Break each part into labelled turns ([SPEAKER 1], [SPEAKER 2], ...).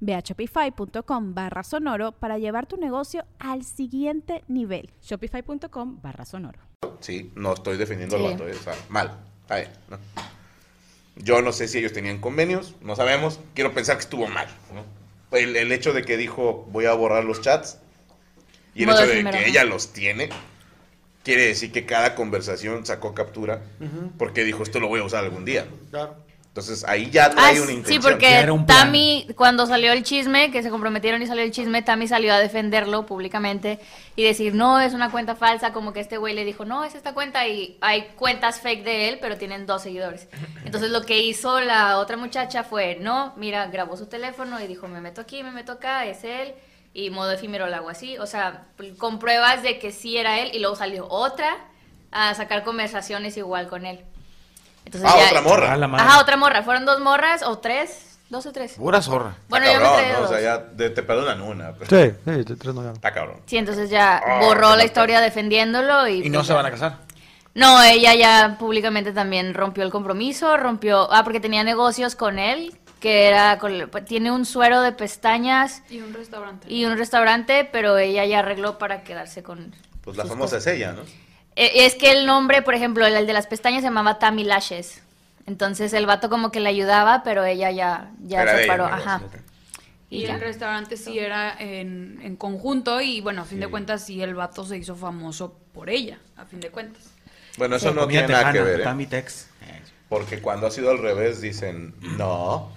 [SPEAKER 1] Ve a shopify.com barra sonoro para llevar tu negocio al siguiente nivel.
[SPEAKER 2] Shopify.com barra sonoro.
[SPEAKER 3] Sí, no estoy defendiendo al vato, eh, o sea, mal. Está bien, ¿no? Yo no sé si ellos tenían convenios, no sabemos. Quiero pensar que estuvo mal. ¿no? El, el hecho de que dijo voy a borrar los chats y el
[SPEAKER 4] Modo
[SPEAKER 3] hecho de
[SPEAKER 4] efímero,
[SPEAKER 3] que
[SPEAKER 4] ¿no?
[SPEAKER 3] ella los tiene, quiere decir que cada conversación sacó captura porque dijo esto lo voy a usar algún día.
[SPEAKER 5] Claro.
[SPEAKER 3] Entonces ahí ya
[SPEAKER 4] Ah,
[SPEAKER 3] trae una
[SPEAKER 4] sí,
[SPEAKER 3] intención.
[SPEAKER 4] porque
[SPEAKER 6] Ya era un plan.
[SPEAKER 4] Tami, cuando salió el chisme, que se comprometieron y salió el chisme, Tami salió a defenderlo públicamente y decir, no, es una cuenta falsa, como que este güey le dijo, no, es esta cuenta y hay cuentas fake de él, pero tienen dos seguidores. Entonces lo que hizo la otra muchacha fue, no, mira, grabó su teléfono y dijo, me meto aquí, me meto acá, es él. Y modo efímero lo hago así, o sea, con pruebas de que sí era él y luego salió otra a sacar conversaciones igual con él. Entonces
[SPEAKER 3] Ah,
[SPEAKER 4] ya-
[SPEAKER 3] otra morra.
[SPEAKER 6] Ah, la madre.
[SPEAKER 4] Ajá, otra morra. Fueron dos morras o tres. Dos o tres.
[SPEAKER 5] Pura zorra.
[SPEAKER 4] Bueno,
[SPEAKER 3] Está
[SPEAKER 4] yo me
[SPEAKER 3] cabrón,
[SPEAKER 4] traía
[SPEAKER 3] ¿no?
[SPEAKER 4] dos.
[SPEAKER 3] O sea, ya te, te perdonan una. pero-
[SPEAKER 5] Sí, sí, te- tres no ganan.
[SPEAKER 3] Está cabrón.
[SPEAKER 4] Sí, entonces ya
[SPEAKER 3] Ah, qué
[SPEAKER 4] borró la
[SPEAKER 3] mal
[SPEAKER 4] historia defendiéndolo y...
[SPEAKER 6] Y no
[SPEAKER 4] pues,
[SPEAKER 6] se
[SPEAKER 4] ya.
[SPEAKER 6] van a casar.
[SPEAKER 4] No, ella ya públicamente también rompió el compromiso, rompió... Ah, porque tenía negocios con él, que era... con- Tiene un suero de pestañas
[SPEAKER 7] Y un restaurante.
[SPEAKER 4] y un restaurante, pero ella ya arregló para quedarse con...
[SPEAKER 3] Pues la
[SPEAKER 4] sus
[SPEAKER 3] famosa
[SPEAKER 4] cosas.
[SPEAKER 3] es ella, ¿no?
[SPEAKER 4] Eh, Es que el nombre, por ejemplo, el el de las pestañas se llamaba Tammy Lashes. Entonces el vato como que le ayudaba, pero ella ya, ya
[SPEAKER 3] Era de
[SPEAKER 4] se
[SPEAKER 3] ella,
[SPEAKER 4] paró.
[SPEAKER 3] ¿no?
[SPEAKER 4] Ajá.
[SPEAKER 7] Y
[SPEAKER 4] ya.
[SPEAKER 7] el restaurante sí era en, en conjunto y bueno, a fin de cuentas sí el vato se hizo famoso por ella, a fin de cuentas.
[SPEAKER 3] Bueno, eso no
[SPEAKER 6] Comida
[SPEAKER 3] tiene nada que
[SPEAKER 6] tejana,
[SPEAKER 3] ver, ¿eh?
[SPEAKER 6] Tami Tex.
[SPEAKER 3] Porque cuando ha sido al revés, dicen, no,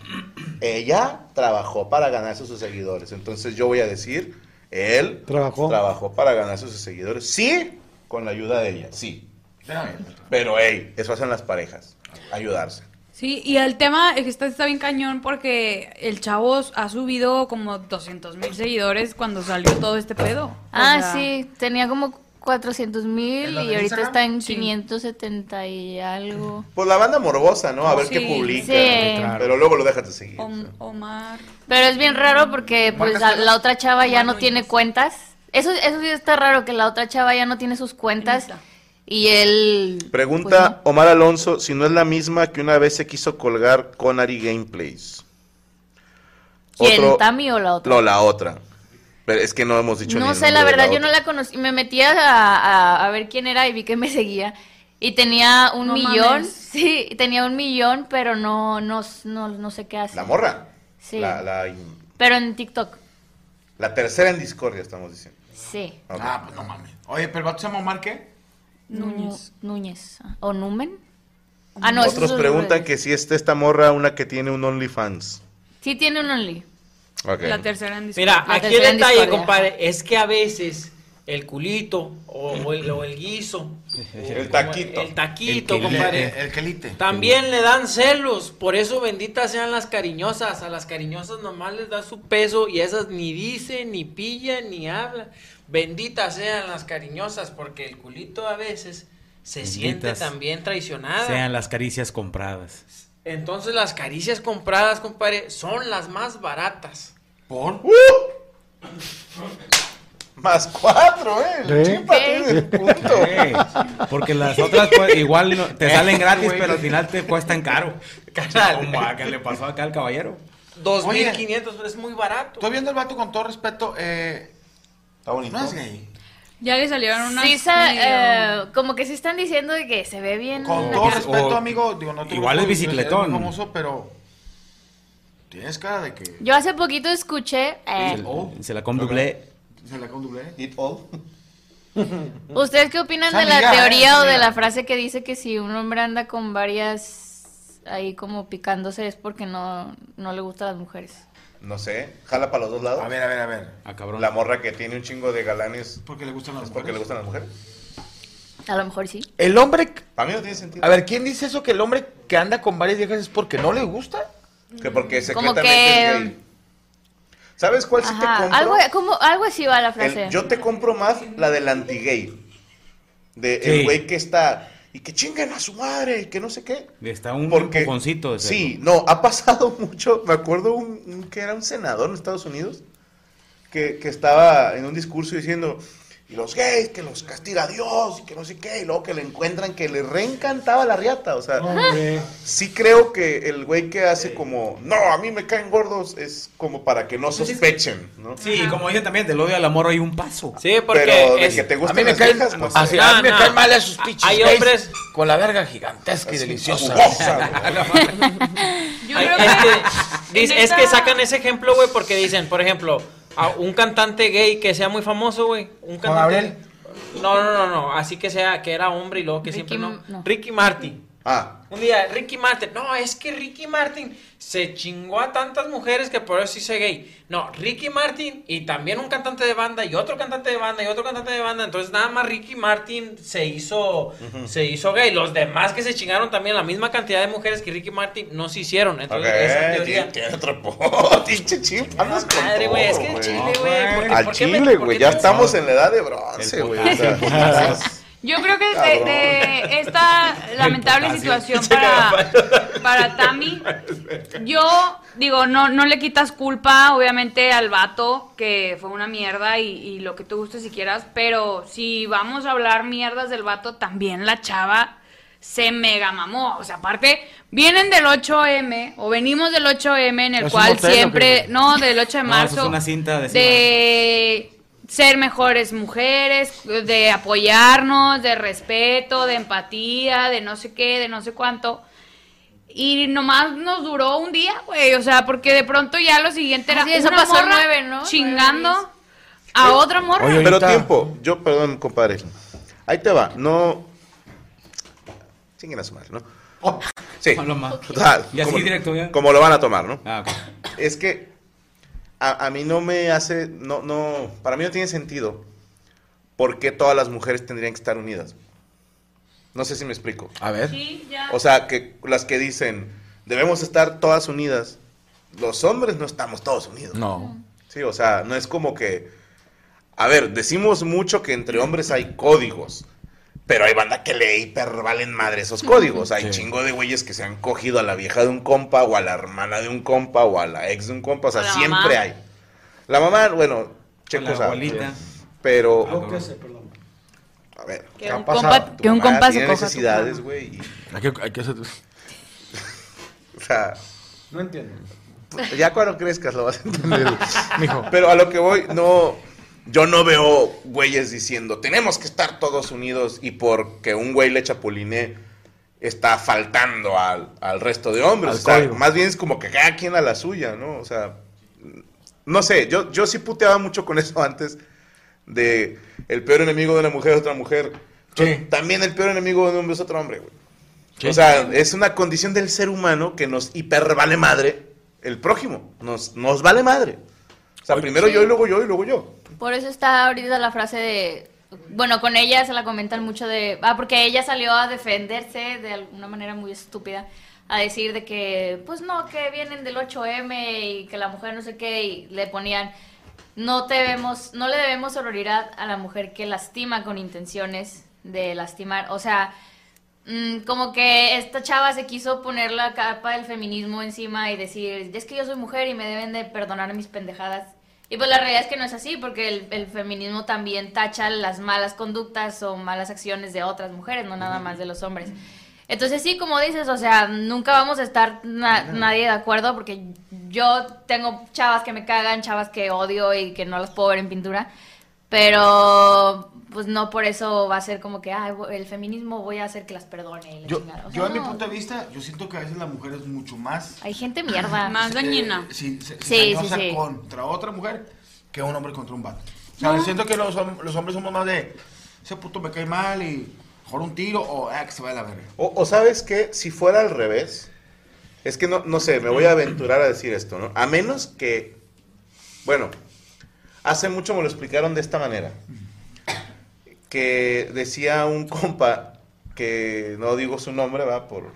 [SPEAKER 3] ella trabajó para ganarse sus seguidores. Entonces yo voy a decir, él
[SPEAKER 5] Trabajó.
[SPEAKER 3] trabajó para ganarse sus seguidores. Sí, con la ayuda de ella, sí. Pero, hey, eso hacen las parejas, ayudarse.
[SPEAKER 7] Sí, y el tema es que está, está bien cañón porque el chavo ha subido como 200 mil seguidores cuando salió todo este pedo. O
[SPEAKER 4] Ah,
[SPEAKER 7] sea,
[SPEAKER 4] sí, tenía como 400
[SPEAKER 6] ¿En
[SPEAKER 4] mil
[SPEAKER 6] la de
[SPEAKER 4] y ahorita
[SPEAKER 6] Instagram?
[SPEAKER 4] está en
[SPEAKER 7] Sí.
[SPEAKER 4] 570 y algo.
[SPEAKER 3] Pues la banda morbosa, ¿no? A ver
[SPEAKER 7] Sí,
[SPEAKER 3] qué publica.
[SPEAKER 4] sí.
[SPEAKER 6] claro.
[SPEAKER 3] Pero luego lo dejas de seguir.
[SPEAKER 7] Om- Omar.
[SPEAKER 4] Pero es bien raro porque pues
[SPEAKER 6] ¿Marcas
[SPEAKER 4] la, la otra chava ya no
[SPEAKER 7] Núñez.
[SPEAKER 4] tiene cuentas. Eso, eso sí está raro que la otra chava ya no tiene sus cuentas
[SPEAKER 7] Anita.
[SPEAKER 4] y él... pues,
[SPEAKER 3] Pregunta
[SPEAKER 4] no.
[SPEAKER 3] Omar Alonso si no es la misma que una vez se quiso colgar con Ari Gameplays.
[SPEAKER 4] pues, ¿Quién,
[SPEAKER 3] Otro-
[SPEAKER 4] Tami o la otra?
[SPEAKER 3] No, la otra. Pero es que no hemos dicho ni
[SPEAKER 4] No
[SPEAKER 3] el
[SPEAKER 4] sé, la
[SPEAKER 3] nombre de
[SPEAKER 4] verdad, yo no
[SPEAKER 3] otra.
[SPEAKER 4] la conocí. Me metí a, a- a ver quién era y vi que me seguía. Y tenía un
[SPEAKER 7] No
[SPEAKER 4] millón.
[SPEAKER 7] mames.
[SPEAKER 4] Sí, tenía un millón, pero no, no, no, no sé qué hace.
[SPEAKER 3] La morra.
[SPEAKER 4] Sí.
[SPEAKER 3] La, la-
[SPEAKER 4] Pero en TikTok.
[SPEAKER 3] la tercera en discordia, estamos diciendo.
[SPEAKER 4] Sí.
[SPEAKER 3] Ok.
[SPEAKER 6] Ah, pues no mames. Oye, pero el vato se llama Omar, ¿qué?
[SPEAKER 7] Núñez.
[SPEAKER 4] Nu- Núñez. ¿O Numen? Ah, no, esos
[SPEAKER 3] Otros
[SPEAKER 4] son
[SPEAKER 3] preguntan
[SPEAKER 4] los-
[SPEAKER 3] que si está esta morra una que tiene un OnlyFans.
[SPEAKER 4] Sí tiene un Only.
[SPEAKER 3] Ok.
[SPEAKER 7] La tercera en discordia.
[SPEAKER 8] Mira,
[SPEAKER 4] La
[SPEAKER 8] aquí
[SPEAKER 4] tercera
[SPEAKER 8] el
[SPEAKER 4] en
[SPEAKER 8] detalle,
[SPEAKER 4] discordia.
[SPEAKER 8] compadre, es que a veces el culito o, o el, o el guiso, o como
[SPEAKER 3] taquito.
[SPEAKER 8] el taquito,
[SPEAKER 6] El-
[SPEAKER 8] compadre,
[SPEAKER 6] El quelite.
[SPEAKER 8] también le dan celos. Por eso benditas sean las cariñosas. A las cariñosas nomás les da su peso y esas ni dicen, ni pillan, ni hablan. Benditas sean las cariñosas porque el culito a veces se siente
[SPEAKER 6] Benditas
[SPEAKER 8] también traicionada.
[SPEAKER 6] Sean las caricias compradas.
[SPEAKER 8] Entonces las caricias compradas, compadre, son las más baratas.
[SPEAKER 6] ¿Por?
[SPEAKER 5] ¡Uh!
[SPEAKER 3] Más cuatro, ¿eh? El
[SPEAKER 5] Sí.
[SPEAKER 3] chimpa tiene el punto.
[SPEAKER 6] Ey, Porque las otras pues, igual no-
[SPEAKER 5] Eh,
[SPEAKER 6] te salen gratis, pero al final te cuestan caro.
[SPEAKER 8] Carnal.
[SPEAKER 6] Como a que le pasó acá al caballero.
[SPEAKER 8] 2500 pero es muy barato.
[SPEAKER 9] Estoy viendo el vato con todo respeto, eh,
[SPEAKER 3] Está bonito.
[SPEAKER 9] no es gay.
[SPEAKER 7] Ya le salieron unas.
[SPEAKER 4] Sí, sa-
[SPEAKER 7] medio-
[SPEAKER 4] eh, como que sí están diciendo de que se ve bien.
[SPEAKER 9] Con
[SPEAKER 6] O-
[SPEAKER 9] todo
[SPEAKER 6] Mm, o-
[SPEAKER 9] respeto, amigo, digo, no te
[SPEAKER 6] igual es
[SPEAKER 9] conozco,
[SPEAKER 6] bicicletón.
[SPEAKER 9] eres muy famoso, pero tienes cara de que Oh,
[SPEAKER 4] Yo hace poquito escuché... eh,
[SPEAKER 6] Se, se la compré.
[SPEAKER 9] se la condublé.
[SPEAKER 3] Eat all.
[SPEAKER 4] ¿Ustedes qué opinan
[SPEAKER 9] Esa
[SPEAKER 4] de la
[SPEAKER 9] amiga,
[SPEAKER 4] teoría
[SPEAKER 9] esa
[SPEAKER 4] o de
[SPEAKER 9] amiga.
[SPEAKER 4] la frase que dice que si un hombre anda con varias ahí como picándose es porque no, no le gustan las mujeres?
[SPEAKER 3] No sé, jala para los dos lados.
[SPEAKER 9] A ver, a ver, a ver.
[SPEAKER 6] Ah, cabrón.
[SPEAKER 3] La morra que tiene un chingo de galanes
[SPEAKER 9] ¿Por qué le gustan las
[SPEAKER 3] es porque le
[SPEAKER 9] mujeres?
[SPEAKER 3] gustan las mujeres.
[SPEAKER 4] A lo mejor sí.
[SPEAKER 5] El hombre.
[SPEAKER 3] Para mí no tiene sentido.
[SPEAKER 5] A ver, ¿quién dice eso que el hombre que anda con varias viejas es porque no le gusta?
[SPEAKER 3] Que porque
[SPEAKER 4] Como
[SPEAKER 3] secretamente
[SPEAKER 4] que-
[SPEAKER 3] es gay. ¿Sabes cuál sí te
[SPEAKER 4] Ajá,
[SPEAKER 3] compro?
[SPEAKER 4] Algo, como, algo así va la
[SPEAKER 3] El-
[SPEAKER 4] frase.
[SPEAKER 3] yo te compro más la del anti-gay. De el
[SPEAKER 6] Sí.
[SPEAKER 3] güey que está. Y que chinguen a su madre, y que no sé qué.
[SPEAKER 6] Está un
[SPEAKER 3] Porque.
[SPEAKER 6] empujoncito de cerdo.
[SPEAKER 3] sí, no, ha pasado mucho. Me acuerdo un, un que era un senador en Estados Unidos que, que estaba en un discurso diciendo. Y los gays, que los castiga Dios, y que no sé qué, y luego que le encuentran, que le reencantaba la riata, o sea,
[SPEAKER 9] Hombre.
[SPEAKER 3] sí creo que el güey que hace como, no, a mí me caen gordos, Pues es como para que no sospechen, ¿no?
[SPEAKER 6] Sí, y como dicen también, del odio al amor hay un paso.
[SPEAKER 8] Sí, porque
[SPEAKER 3] Pero de
[SPEAKER 8] es-
[SPEAKER 3] que te
[SPEAKER 5] A mí
[SPEAKER 3] gusten
[SPEAKER 5] me
[SPEAKER 3] las
[SPEAKER 5] caen,
[SPEAKER 3] viejas, no
[SPEAKER 5] así,
[SPEAKER 3] sé.
[SPEAKER 5] a mí me
[SPEAKER 8] No, no.
[SPEAKER 5] caen mal esos pinches.
[SPEAKER 8] Hay
[SPEAKER 5] gays
[SPEAKER 8] hombres-
[SPEAKER 5] Con la verga gigantesca y
[SPEAKER 3] Así,
[SPEAKER 5] deliciosa.
[SPEAKER 3] jugosa, güey.
[SPEAKER 7] Yo
[SPEAKER 8] Ay,
[SPEAKER 7] creo
[SPEAKER 8] es, que,
[SPEAKER 7] que
[SPEAKER 8] dice-
[SPEAKER 7] en
[SPEAKER 8] es que
[SPEAKER 7] esa-
[SPEAKER 8] sacan ese ejemplo, güey, porque dicen, por ejemplo, a un cantante gay que sea muy famoso, güey.
[SPEAKER 5] Juan
[SPEAKER 8] Un cantante-
[SPEAKER 5] Gabriel.
[SPEAKER 8] No, no, no, no. Así que sea, que era hombre y luego que siempre
[SPEAKER 4] Ricky-
[SPEAKER 8] no.
[SPEAKER 4] no.
[SPEAKER 8] Ricky Martin.
[SPEAKER 3] Ah,
[SPEAKER 8] Un día, Ricky Martin. No, es que Ricky Martin se chingó a tantas mujeres que por eso hice gay. No, Ricky Martin y también un cantante de banda y otro cantante de banda y otro cantante de banda. Entonces nada más Ricky Martin se hizo, se hizo gay. Los demás que se chingaron también la misma cantidad de mujeres que Ricky Martin no se hicieron.
[SPEAKER 3] ok,
[SPEAKER 8] Entonces esa teoría...
[SPEAKER 3] tiene- tiene otro po- pinche chip, andas con
[SPEAKER 8] Madre, güey, es
[SPEAKER 3] todo,
[SPEAKER 8] que el
[SPEAKER 3] güey.
[SPEAKER 8] chile, güey. ¿por qué-
[SPEAKER 3] Al
[SPEAKER 8] por qué me- por
[SPEAKER 3] chile,
[SPEAKER 8] qué
[SPEAKER 3] güey, ya
[SPEAKER 8] te-
[SPEAKER 3] estamos en la edad de bronce,
[SPEAKER 6] El
[SPEAKER 3] güey. pues,
[SPEAKER 6] potasio,
[SPEAKER 3] o sea,
[SPEAKER 6] el potasio.
[SPEAKER 7] Yo creo que de,
[SPEAKER 3] Cabrón.
[SPEAKER 7] de esta lamentable
[SPEAKER 6] potasio.
[SPEAKER 7] situación para, para Tami, yo digo, no, no le quitas culpa, obviamente, al vato, que fue una mierda y, y lo que tú gustes si quieras, pero si vamos a hablar mierdas del vato, también la chava se mega mamó. O sea, aparte, vienen del 8M, o venimos del 8M, en el
[SPEAKER 5] ¿Es un
[SPEAKER 7] cual
[SPEAKER 5] hotel o qué?
[SPEAKER 7] siempre, no, del 8 de
[SPEAKER 6] No,
[SPEAKER 7] marzo.
[SPEAKER 6] eso es una cinta de
[SPEAKER 7] de ser mejores mujeres, de apoyarnos, de respeto, de empatía, de no sé qué, de no sé cuánto. Y nomás nos duró un día, güey. O sea, porque de pronto ya lo siguiente era
[SPEAKER 4] Ah, sí, eso
[SPEAKER 7] una
[SPEAKER 4] pasó el
[SPEAKER 7] morra
[SPEAKER 4] nueve, ¿no? Nueve,
[SPEAKER 7] chingando a otra morra.
[SPEAKER 5] Oye,
[SPEAKER 3] Pero
[SPEAKER 5] ahorita-
[SPEAKER 3] tiempo, yo, perdón, compadre. Ahí te va, no. Chinguen a su madre, ¿no? Sí.
[SPEAKER 6] No, lo más.
[SPEAKER 3] O sea,
[SPEAKER 6] Y así
[SPEAKER 3] como-
[SPEAKER 6] directo, ya.
[SPEAKER 3] Como lo van a tomar, ¿no?
[SPEAKER 6] Ah, ok.
[SPEAKER 3] Es que a, a mí no me hace, no, no, para mí no tiene sentido por qué todas las mujeres tendrían que estar unidas. No sé si me explico.
[SPEAKER 5] A ver.
[SPEAKER 7] Sí, ya.
[SPEAKER 3] O sea, que las que dicen, debemos estar todas unidas, los hombres no estamos todos unidos.
[SPEAKER 5] No.
[SPEAKER 3] Sí, o sea, no es como que, a ver, decimos mucho que entre hombres hay códigos. Pero hay banda que le hipervalen madre esos códigos. Hay
[SPEAKER 5] Sí.
[SPEAKER 3] chingo de güeyes que se han cogido a la vieja de un compa, o a la hermana de un compa, o a la ex de un compa. O sea,
[SPEAKER 7] A la
[SPEAKER 3] siempre
[SPEAKER 7] mamá.
[SPEAKER 3] hay. La mamá, bueno,
[SPEAKER 6] Con
[SPEAKER 3] checo
[SPEAKER 6] la abuelita.
[SPEAKER 3] Pero, a ver,
[SPEAKER 7] Que
[SPEAKER 3] ¿qué ha
[SPEAKER 7] un
[SPEAKER 3] pasado?
[SPEAKER 7] compa-
[SPEAKER 3] Tu
[SPEAKER 7] que un
[SPEAKER 3] mamá
[SPEAKER 7] compa se
[SPEAKER 3] tiene
[SPEAKER 7] coja a tu
[SPEAKER 3] necesidades,
[SPEAKER 7] mamá.
[SPEAKER 3] güey. y-
[SPEAKER 5] Hay que, hay que hacer-
[SPEAKER 3] O sea,
[SPEAKER 9] No entiendo.
[SPEAKER 3] ya cuando crezcas lo vas a entender.
[SPEAKER 5] Mijo.
[SPEAKER 3] Pero a lo que voy, no. Yo no veo güeyes diciendo, tenemos que estar todos unidos y porque un güey le chapuliné está faltando al, al resto de hombres.
[SPEAKER 5] Al
[SPEAKER 3] O sea,
[SPEAKER 5] código.
[SPEAKER 3] más bien es como que cada quien a la suya, ¿no? O sea, no sé, yo, yo sí puteaba mucho con eso antes de el peor enemigo de una mujer es otra mujer.
[SPEAKER 5] Sí.
[SPEAKER 3] También el peor enemigo de un hombre es otro hombre, güey.
[SPEAKER 5] Sí.
[SPEAKER 3] O sea, es una condición del ser humano que nos hipervale madre el prójimo. Nos, nos vale madre. O sea, primero yo y luego yo y luego yo.
[SPEAKER 4] Por eso está ahorita la frase de. Bueno, con ella se la comentan mucho de. Ah, porque ella salió a defenderse de alguna manera muy estúpida. A decir de que, pues no, que vienen del 8M y que la mujer no sé qué. Y le ponían. No, te vemos, no le debemos sororidad a la mujer que lastima con intenciones de lastimar. O sea, Mm, como que esta chava se quiso poner la capa del feminismo encima y decir, es que yo soy mujer y me deben de perdonar mis pendejadas. Y pues la realidad es que no es así, porque el, el feminismo también tacha las malas conductas o malas acciones de otras mujeres, no nada más de los hombres. Entonces sí, como dices, o sea, nunca vamos a estar na- nadie de acuerdo, porque yo tengo chavas que me cagan, chavas que odio y que no las puedo ver en pintura. Pero pues no por eso va a ser como que ah, el feminismo voy a hacer que las perdone. y la
[SPEAKER 5] Yo,
[SPEAKER 4] chingada. O sea,
[SPEAKER 5] yo en mi
[SPEAKER 4] no.
[SPEAKER 5] punto de vista, yo siento que a veces la mujer es mucho más
[SPEAKER 4] Hay gente mierda.
[SPEAKER 7] Más dañina.
[SPEAKER 5] eh, si- se-
[SPEAKER 4] Sí, sí,
[SPEAKER 5] engañosa
[SPEAKER 4] sí.
[SPEAKER 5] contra otra mujer que un hombre contra un vato. O sea, siento que los, hom- los hombres somos más de.
[SPEAKER 9] ese puto me cae mal y mejor un tiro o ah, que se vaya a la verga.
[SPEAKER 3] O, o sabes que si fuera al revés, es que no, no sé, me voy a aventurar a decir esto, ¿no? A menos que, bueno, hace mucho me lo explicaron de esta manera, que decía un compa, que no digo su nombre, va, por,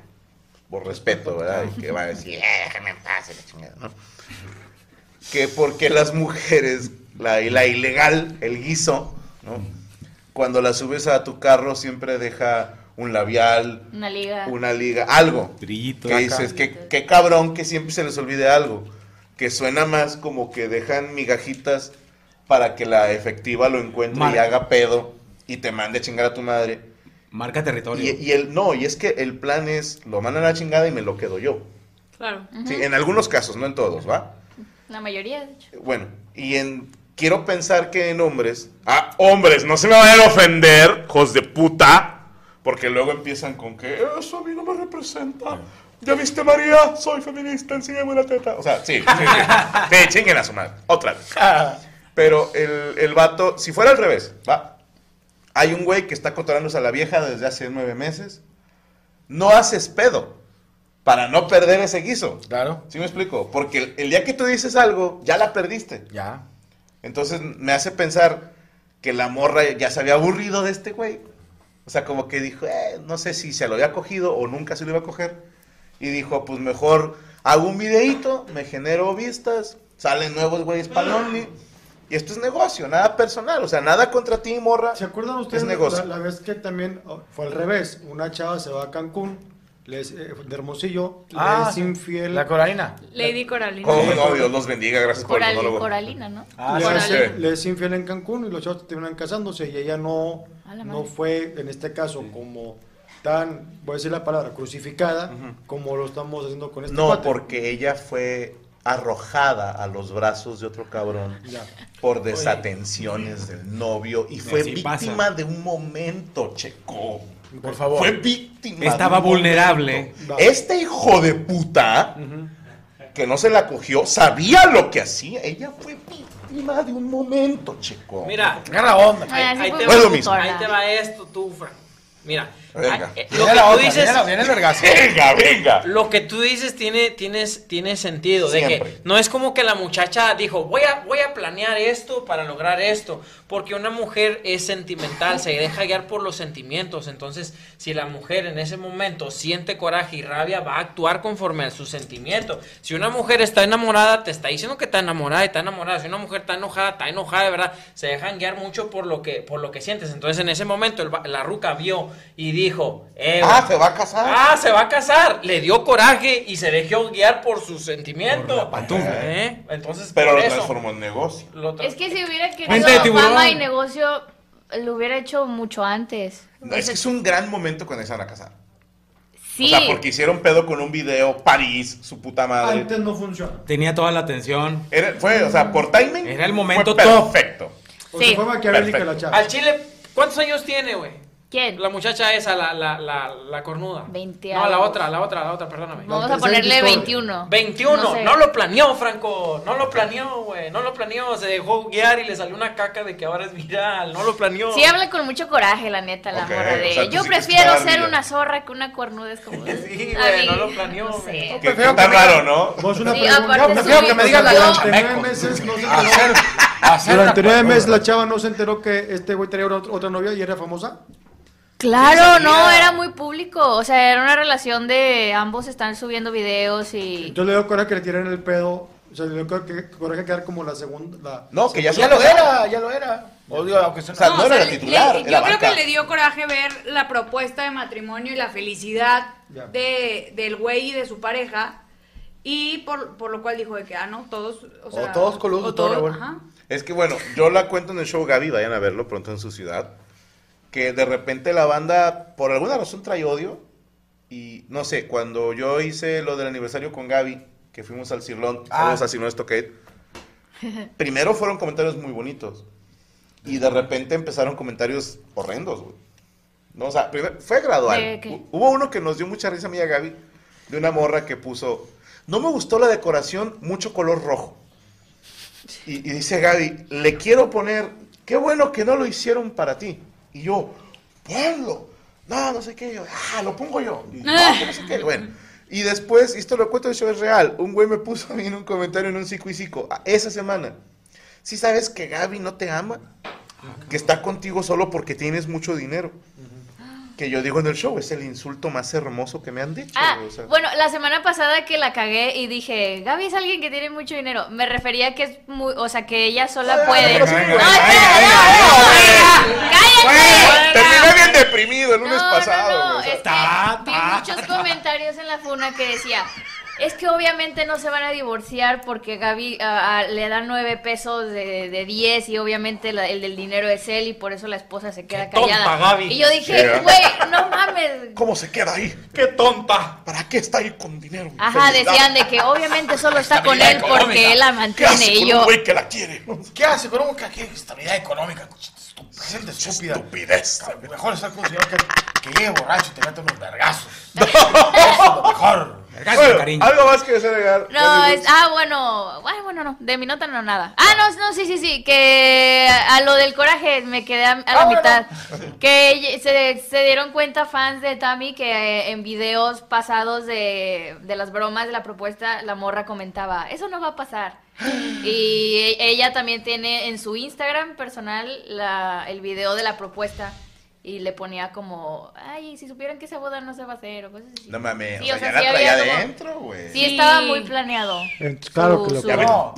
[SPEAKER 3] por respeto, ¿verdad? Y que va a decir, "Eh, déjame en paz, y la chingada, ¿no? Que porque las mujeres, la, la ilegal, el guiso, ¿no? Cuando la subes a tu carro siempre deja un labial,
[SPEAKER 4] Una liga.
[SPEAKER 3] una liga, algo.
[SPEAKER 6] Trillito.
[SPEAKER 3] Que dices, que, que cabrón que siempre se les olvide algo. Que suena más como que dejan migajitas para que la efectiva lo encuentre
[SPEAKER 6] Mar-
[SPEAKER 3] y haga pedo y te mande a chingar a tu madre.
[SPEAKER 6] Marca territorio.
[SPEAKER 3] Y, y el no, y es que el plan es lo mandan a la chingada y me lo quedo yo.
[SPEAKER 7] Claro.
[SPEAKER 3] Sí, en algunos casos, no en todos, ¿va?
[SPEAKER 4] La mayoría, de hecho.
[SPEAKER 3] Bueno, y en quiero pensar que en hombres, ah, hombres, no se me vayan a ofender, hijos de puta, porque luego empiezan con que eso a mí no me representa. ¿Ya viste María? Soy feminista, enséñame la teta. O sea, sí, sí, sí. Sí, chinguen a su madre, otra vez. Pero el, el vato, si fuera al revés, va. Hay un güey que está cotorándose a la vieja desde hace nueve meses. No haces pedo para no perder ese guiso.
[SPEAKER 5] Claro.
[SPEAKER 3] ¿Sí me explico? Porque el, el día que tú dices algo, ya la perdiste.
[SPEAKER 5] Ya.
[SPEAKER 3] Entonces me hace pensar que la morra ya se había aburrido de este güey. O sea, como que dijo, eh, no sé si se lo había cogido o nunca se lo iba a coger. Y dijo, pues mejor hago un videíto, me genero vistas, salen nuevos güeyes para Only. Y esto es negocio, nada personal. O sea, nada contra ti, morra.
[SPEAKER 10] ¿Se acuerdan ustedes
[SPEAKER 3] Es
[SPEAKER 10] de
[SPEAKER 3] negocio.
[SPEAKER 10] La, la vez que también oh, fue al revés? Una chava se va a Cancún, les, eh, de Hermosillo, le
[SPEAKER 5] Ah,
[SPEAKER 10] es infiel.
[SPEAKER 5] La Coralina.
[SPEAKER 7] Lady Coralina.
[SPEAKER 3] Oh, no, Dios los bendiga, gracias por el
[SPEAKER 4] Coral-
[SPEAKER 3] monólogo.
[SPEAKER 4] coralina, ¿no?
[SPEAKER 6] Ah,
[SPEAKER 10] le,
[SPEAKER 3] sí,
[SPEAKER 10] hace-
[SPEAKER 3] sí.
[SPEAKER 10] le es infiel en Cancún y los chavos terminan casándose y ella no,
[SPEAKER 4] A la
[SPEAKER 10] no
[SPEAKER 4] madre.
[SPEAKER 10] fue, en este caso, como tan, voy a decir la palabra, crucificada, como lo estamos haciendo
[SPEAKER 5] Pues
[SPEAKER 10] con este
[SPEAKER 3] No,
[SPEAKER 10] cuate.
[SPEAKER 3] porque ella fue arrojada a los brazos de otro cabrón.
[SPEAKER 10] Ya.
[SPEAKER 3] por desatenciones del novio y fue
[SPEAKER 6] Así
[SPEAKER 3] víctima
[SPEAKER 6] pasa.
[SPEAKER 3] de un momento, Checo.
[SPEAKER 5] Por favor.
[SPEAKER 3] Fue víctima.
[SPEAKER 6] Estaba
[SPEAKER 3] de un
[SPEAKER 6] vulnerable.
[SPEAKER 3] momento.
[SPEAKER 10] Va.
[SPEAKER 3] Este hijo de puta que no se la cogió sabía lo que hacía. Ella fue víctima de un momento, Checo.
[SPEAKER 8] Mira,
[SPEAKER 5] Agarra onda.
[SPEAKER 4] Ah, sí
[SPEAKER 8] ahí
[SPEAKER 4] fue
[SPEAKER 8] te
[SPEAKER 4] muy
[SPEAKER 3] va lo mismo.
[SPEAKER 4] tutora.
[SPEAKER 8] ahí te va esto, tú, Frank. Mira,
[SPEAKER 3] Venga.
[SPEAKER 8] ah, eh, lo
[SPEAKER 5] Viene
[SPEAKER 8] que
[SPEAKER 5] la
[SPEAKER 8] tú
[SPEAKER 5] otra,
[SPEAKER 8] dices,
[SPEAKER 5] viene la- viene el vergazo.
[SPEAKER 3] Venga, venga.
[SPEAKER 8] lo que tú dices tiene, tienes, tiene sentido. De
[SPEAKER 3] Siempre.
[SPEAKER 8] que no es como que la muchacha dijo, voy a, voy a planear esto para lograr esto. Porque una mujer es sentimental, se deja guiar por los sentimientos. Entonces, si la mujer en ese momento siente coraje y rabia, va a actuar conforme a su sentimiento. Si una mujer está enamorada, te está diciendo que está enamorada y está enamorada. Si una mujer está enojada, está enojada, de verdad. Se dejan guiar mucho por lo que, por lo que sientes. Entonces, en ese momento, el va- la ruca vio y dijo, eh,
[SPEAKER 3] Ah, se va a casar.
[SPEAKER 8] Ah, se va a casar. Le dio coraje y se dejó guiar por sus sentimientos. ¿Eh? Entonces,
[SPEAKER 3] Pero
[SPEAKER 8] por
[SPEAKER 3] lo
[SPEAKER 8] eso,
[SPEAKER 3] transformó en negocio.
[SPEAKER 8] lo tra-
[SPEAKER 4] Es que si hubiera
[SPEAKER 6] Mente de
[SPEAKER 4] querido
[SPEAKER 6] tiburón.
[SPEAKER 4] fama y negocio, lo hubiera hecho mucho antes.
[SPEAKER 3] No, es que es un gran momento cuando se van a casar.
[SPEAKER 4] Sí.
[SPEAKER 3] O sea, porque hicieron pedo con un video, París, su puta madre.
[SPEAKER 10] Antes no funciona.
[SPEAKER 6] Tenía toda la atención.
[SPEAKER 3] Era- fue, o sea, por timing.
[SPEAKER 6] Era el momento
[SPEAKER 3] fue
[SPEAKER 6] top.
[SPEAKER 3] perfecto.
[SPEAKER 10] O
[SPEAKER 4] Sí.
[SPEAKER 10] sea, fue maquiavélica
[SPEAKER 3] Perfecto.
[SPEAKER 10] la chava.
[SPEAKER 8] Al chile, ¿cuántos años tiene, güey?
[SPEAKER 4] ¿Quién?
[SPEAKER 8] La muchacha esa, la, la, la, la cornuda.
[SPEAKER 4] Veinte
[SPEAKER 8] No, la
[SPEAKER 4] años.
[SPEAKER 8] otra, la otra, la otra, perdóname.
[SPEAKER 4] Vamos
[SPEAKER 10] La
[SPEAKER 4] a
[SPEAKER 10] tercera
[SPEAKER 4] ponerle
[SPEAKER 10] historia.
[SPEAKER 4] 21.
[SPEAKER 8] 21, no,
[SPEAKER 4] sé.
[SPEAKER 8] lo planeó, Franco. No lo planeó, güey. No lo planeó. Se dejó guiar y le salió una caca de que ahora es viral. No lo planeó.
[SPEAKER 4] Sí habla con mucho coraje, la neta, la
[SPEAKER 3] Ok,
[SPEAKER 4] morra de...
[SPEAKER 3] o sea, tú
[SPEAKER 4] yo
[SPEAKER 3] sí que
[SPEAKER 4] prefiero
[SPEAKER 3] esperabas
[SPEAKER 4] ser
[SPEAKER 3] vida".
[SPEAKER 4] una zorra que una cuernuda, es como...
[SPEAKER 8] Sí,
[SPEAKER 4] a
[SPEAKER 8] güey,
[SPEAKER 4] mí,
[SPEAKER 8] no lo planeó,
[SPEAKER 4] no
[SPEAKER 8] güey.
[SPEAKER 4] sé.
[SPEAKER 3] Que,
[SPEAKER 5] prefiero
[SPEAKER 3] está
[SPEAKER 5] que me-
[SPEAKER 3] raro, ¿no?
[SPEAKER 10] Vos una
[SPEAKER 4] Sí,
[SPEAKER 10] pregunta.
[SPEAKER 4] aparte
[SPEAKER 10] Yo
[SPEAKER 4] prefiero
[SPEAKER 10] vi-
[SPEAKER 4] que me
[SPEAKER 10] o
[SPEAKER 4] digan
[SPEAKER 10] sea,
[SPEAKER 4] la
[SPEAKER 10] durante
[SPEAKER 5] chava.
[SPEAKER 10] nueve meses no se enteró-
[SPEAKER 5] Hacer, hacer
[SPEAKER 10] Durante
[SPEAKER 5] una-
[SPEAKER 10] nueve
[SPEAKER 3] pues.
[SPEAKER 10] meses la chava no se enteró que este güey tenía otra, otra novia y era famosa.
[SPEAKER 4] Claro,
[SPEAKER 8] Sí,
[SPEAKER 4] no,
[SPEAKER 8] sabía.
[SPEAKER 4] era muy público. O sea, era una relación de ambos están subiendo videos y...
[SPEAKER 10] Entonces le dio coraje que le tiran el pedo. O sea, le dio coraje coraje quedar como la segunda. La...
[SPEAKER 3] No, que ya, se
[SPEAKER 5] Ya lo
[SPEAKER 3] casaron.
[SPEAKER 5] era, ya lo era. Odio, aunque sea
[SPEAKER 3] O sea, no,
[SPEAKER 7] o
[SPEAKER 3] era
[SPEAKER 7] sea,
[SPEAKER 3] la
[SPEAKER 7] le-
[SPEAKER 3] titular,
[SPEAKER 7] le-
[SPEAKER 3] era
[SPEAKER 7] yo creo
[SPEAKER 3] banca.
[SPEAKER 7] que le dio coraje ver la propuesta de matrimonio y la felicidad
[SPEAKER 10] Ya.
[SPEAKER 7] de, del güey y de su pareja. Y por, por lo cual dijo de que, ah, no, todos. O, sea,
[SPEAKER 5] todos coludos,
[SPEAKER 7] o
[SPEAKER 5] todo
[SPEAKER 7] todos-
[SPEAKER 5] revuelto.
[SPEAKER 7] ajá.
[SPEAKER 3] Es que bueno, yo la cuento en el show Gaby, vayan a verlo pronto en su ciudad. Que de repente la banda, por alguna razón, trae odio. Y no sé, cuando yo hice lo del aniversario con Gaby, que fuimos al Cirlón,
[SPEAKER 5] Ah.
[SPEAKER 3] saludos a Cirlón Stockade. Primero fueron comentarios muy bonitos. Y de repente empezaron comentarios horrendos, güey. No, o sea, primer- fue gradual.
[SPEAKER 4] ¿De qué?
[SPEAKER 3] Hu- Hubo uno que nos dio mucha risa a mí y a Gaby, de una morra que puso, no me gustó la decoración, mucho color rojo. Y, y dice Gaby, le quiero poner, qué bueno que no lo hicieron para ti. Y yo, ponlo. No, no sé qué. Yo, ah, lo pongo yo. Y, no, que no sé qué. Bueno. Y después, y esto lo cuento, eso es real. Un güey me puso a mí en un comentario en un psico y psico a- esa semana. Si sabes que Gaby no te ama, que está contigo solo porque tienes mucho dinero. Que yo digo en el show, es el insulto más hermoso que me han dicho.
[SPEAKER 4] Ah,
[SPEAKER 3] o sea.
[SPEAKER 4] bueno, la semana pasada que la cagué y dije, Gaby es alguien que tiene mucho dinero, me refería que es muy, o sea, que ella
[SPEAKER 3] Ah,
[SPEAKER 4] sola puede.
[SPEAKER 3] venga, venga,
[SPEAKER 4] No,
[SPEAKER 3] venga,
[SPEAKER 4] espera,
[SPEAKER 3] venga,
[SPEAKER 4] no,
[SPEAKER 3] venga,
[SPEAKER 4] no, no, ¡Cállate!
[SPEAKER 3] Terminé bien deprimido el lunes
[SPEAKER 4] No, no,
[SPEAKER 3] pasado.
[SPEAKER 4] no,
[SPEAKER 3] güey, o sea.
[SPEAKER 4] es que Vi muchos comentarios en la funa que decía, es que obviamente no se van a divorciar porque Gaby ah, ah, le da nueve pesos de, de diez y obviamente la- el del dinero es él y por eso la esposa se queda callada.
[SPEAKER 3] tonta, Gaby.
[SPEAKER 4] Y yo dije,
[SPEAKER 3] Yeah.
[SPEAKER 4] güey, no mames.
[SPEAKER 3] ¿Cómo se queda ahí? ¡Qué tonta! ¿Para qué está ahí con dinero?
[SPEAKER 4] Ajá, decían de que obviamente solo está con él porque él la mantiene y yo.
[SPEAKER 3] que la quiere?
[SPEAKER 9] ¿Qué hace con un ¿Qué estabilidad económica? Estup- Gente estúpida.
[SPEAKER 3] Estupidez.
[SPEAKER 9] Mejor estar con un señor que, que llegue borracho y te mete unos vergazos. Eso es lo mejor.
[SPEAKER 3] Bueno, Algo más que agregar.
[SPEAKER 4] No, es, ah, bueno, ay, bueno, no, de mi nota no nada. Ah, no, no, sí, sí, sí, que a lo del coraje me quedé a, a
[SPEAKER 3] Ah,
[SPEAKER 4] la mitad. Que ella- se, se dieron cuenta fans de Tami que eh, en videos pasados de, de las bromas de la propuesta, la morra comentaba, eso no va a pasar. Y e- ella también tiene en su Instagram personal la, el video de la propuesta. Y le ponía como, ay, si supieran que esa boda no se va a hacer o cosas así.
[SPEAKER 3] No mames,
[SPEAKER 4] Sí,
[SPEAKER 3] o
[SPEAKER 4] o
[SPEAKER 3] sea,
[SPEAKER 4] sea,
[SPEAKER 3] ya
[SPEAKER 4] sí
[SPEAKER 3] la
[SPEAKER 4] había
[SPEAKER 3] traía
[SPEAKER 4] como-
[SPEAKER 3] adentro, güey.
[SPEAKER 4] Sí, estaba muy planeado.
[SPEAKER 10] Entonces, claro que lo
[SPEAKER 4] su-
[SPEAKER 10] que-
[SPEAKER 9] No,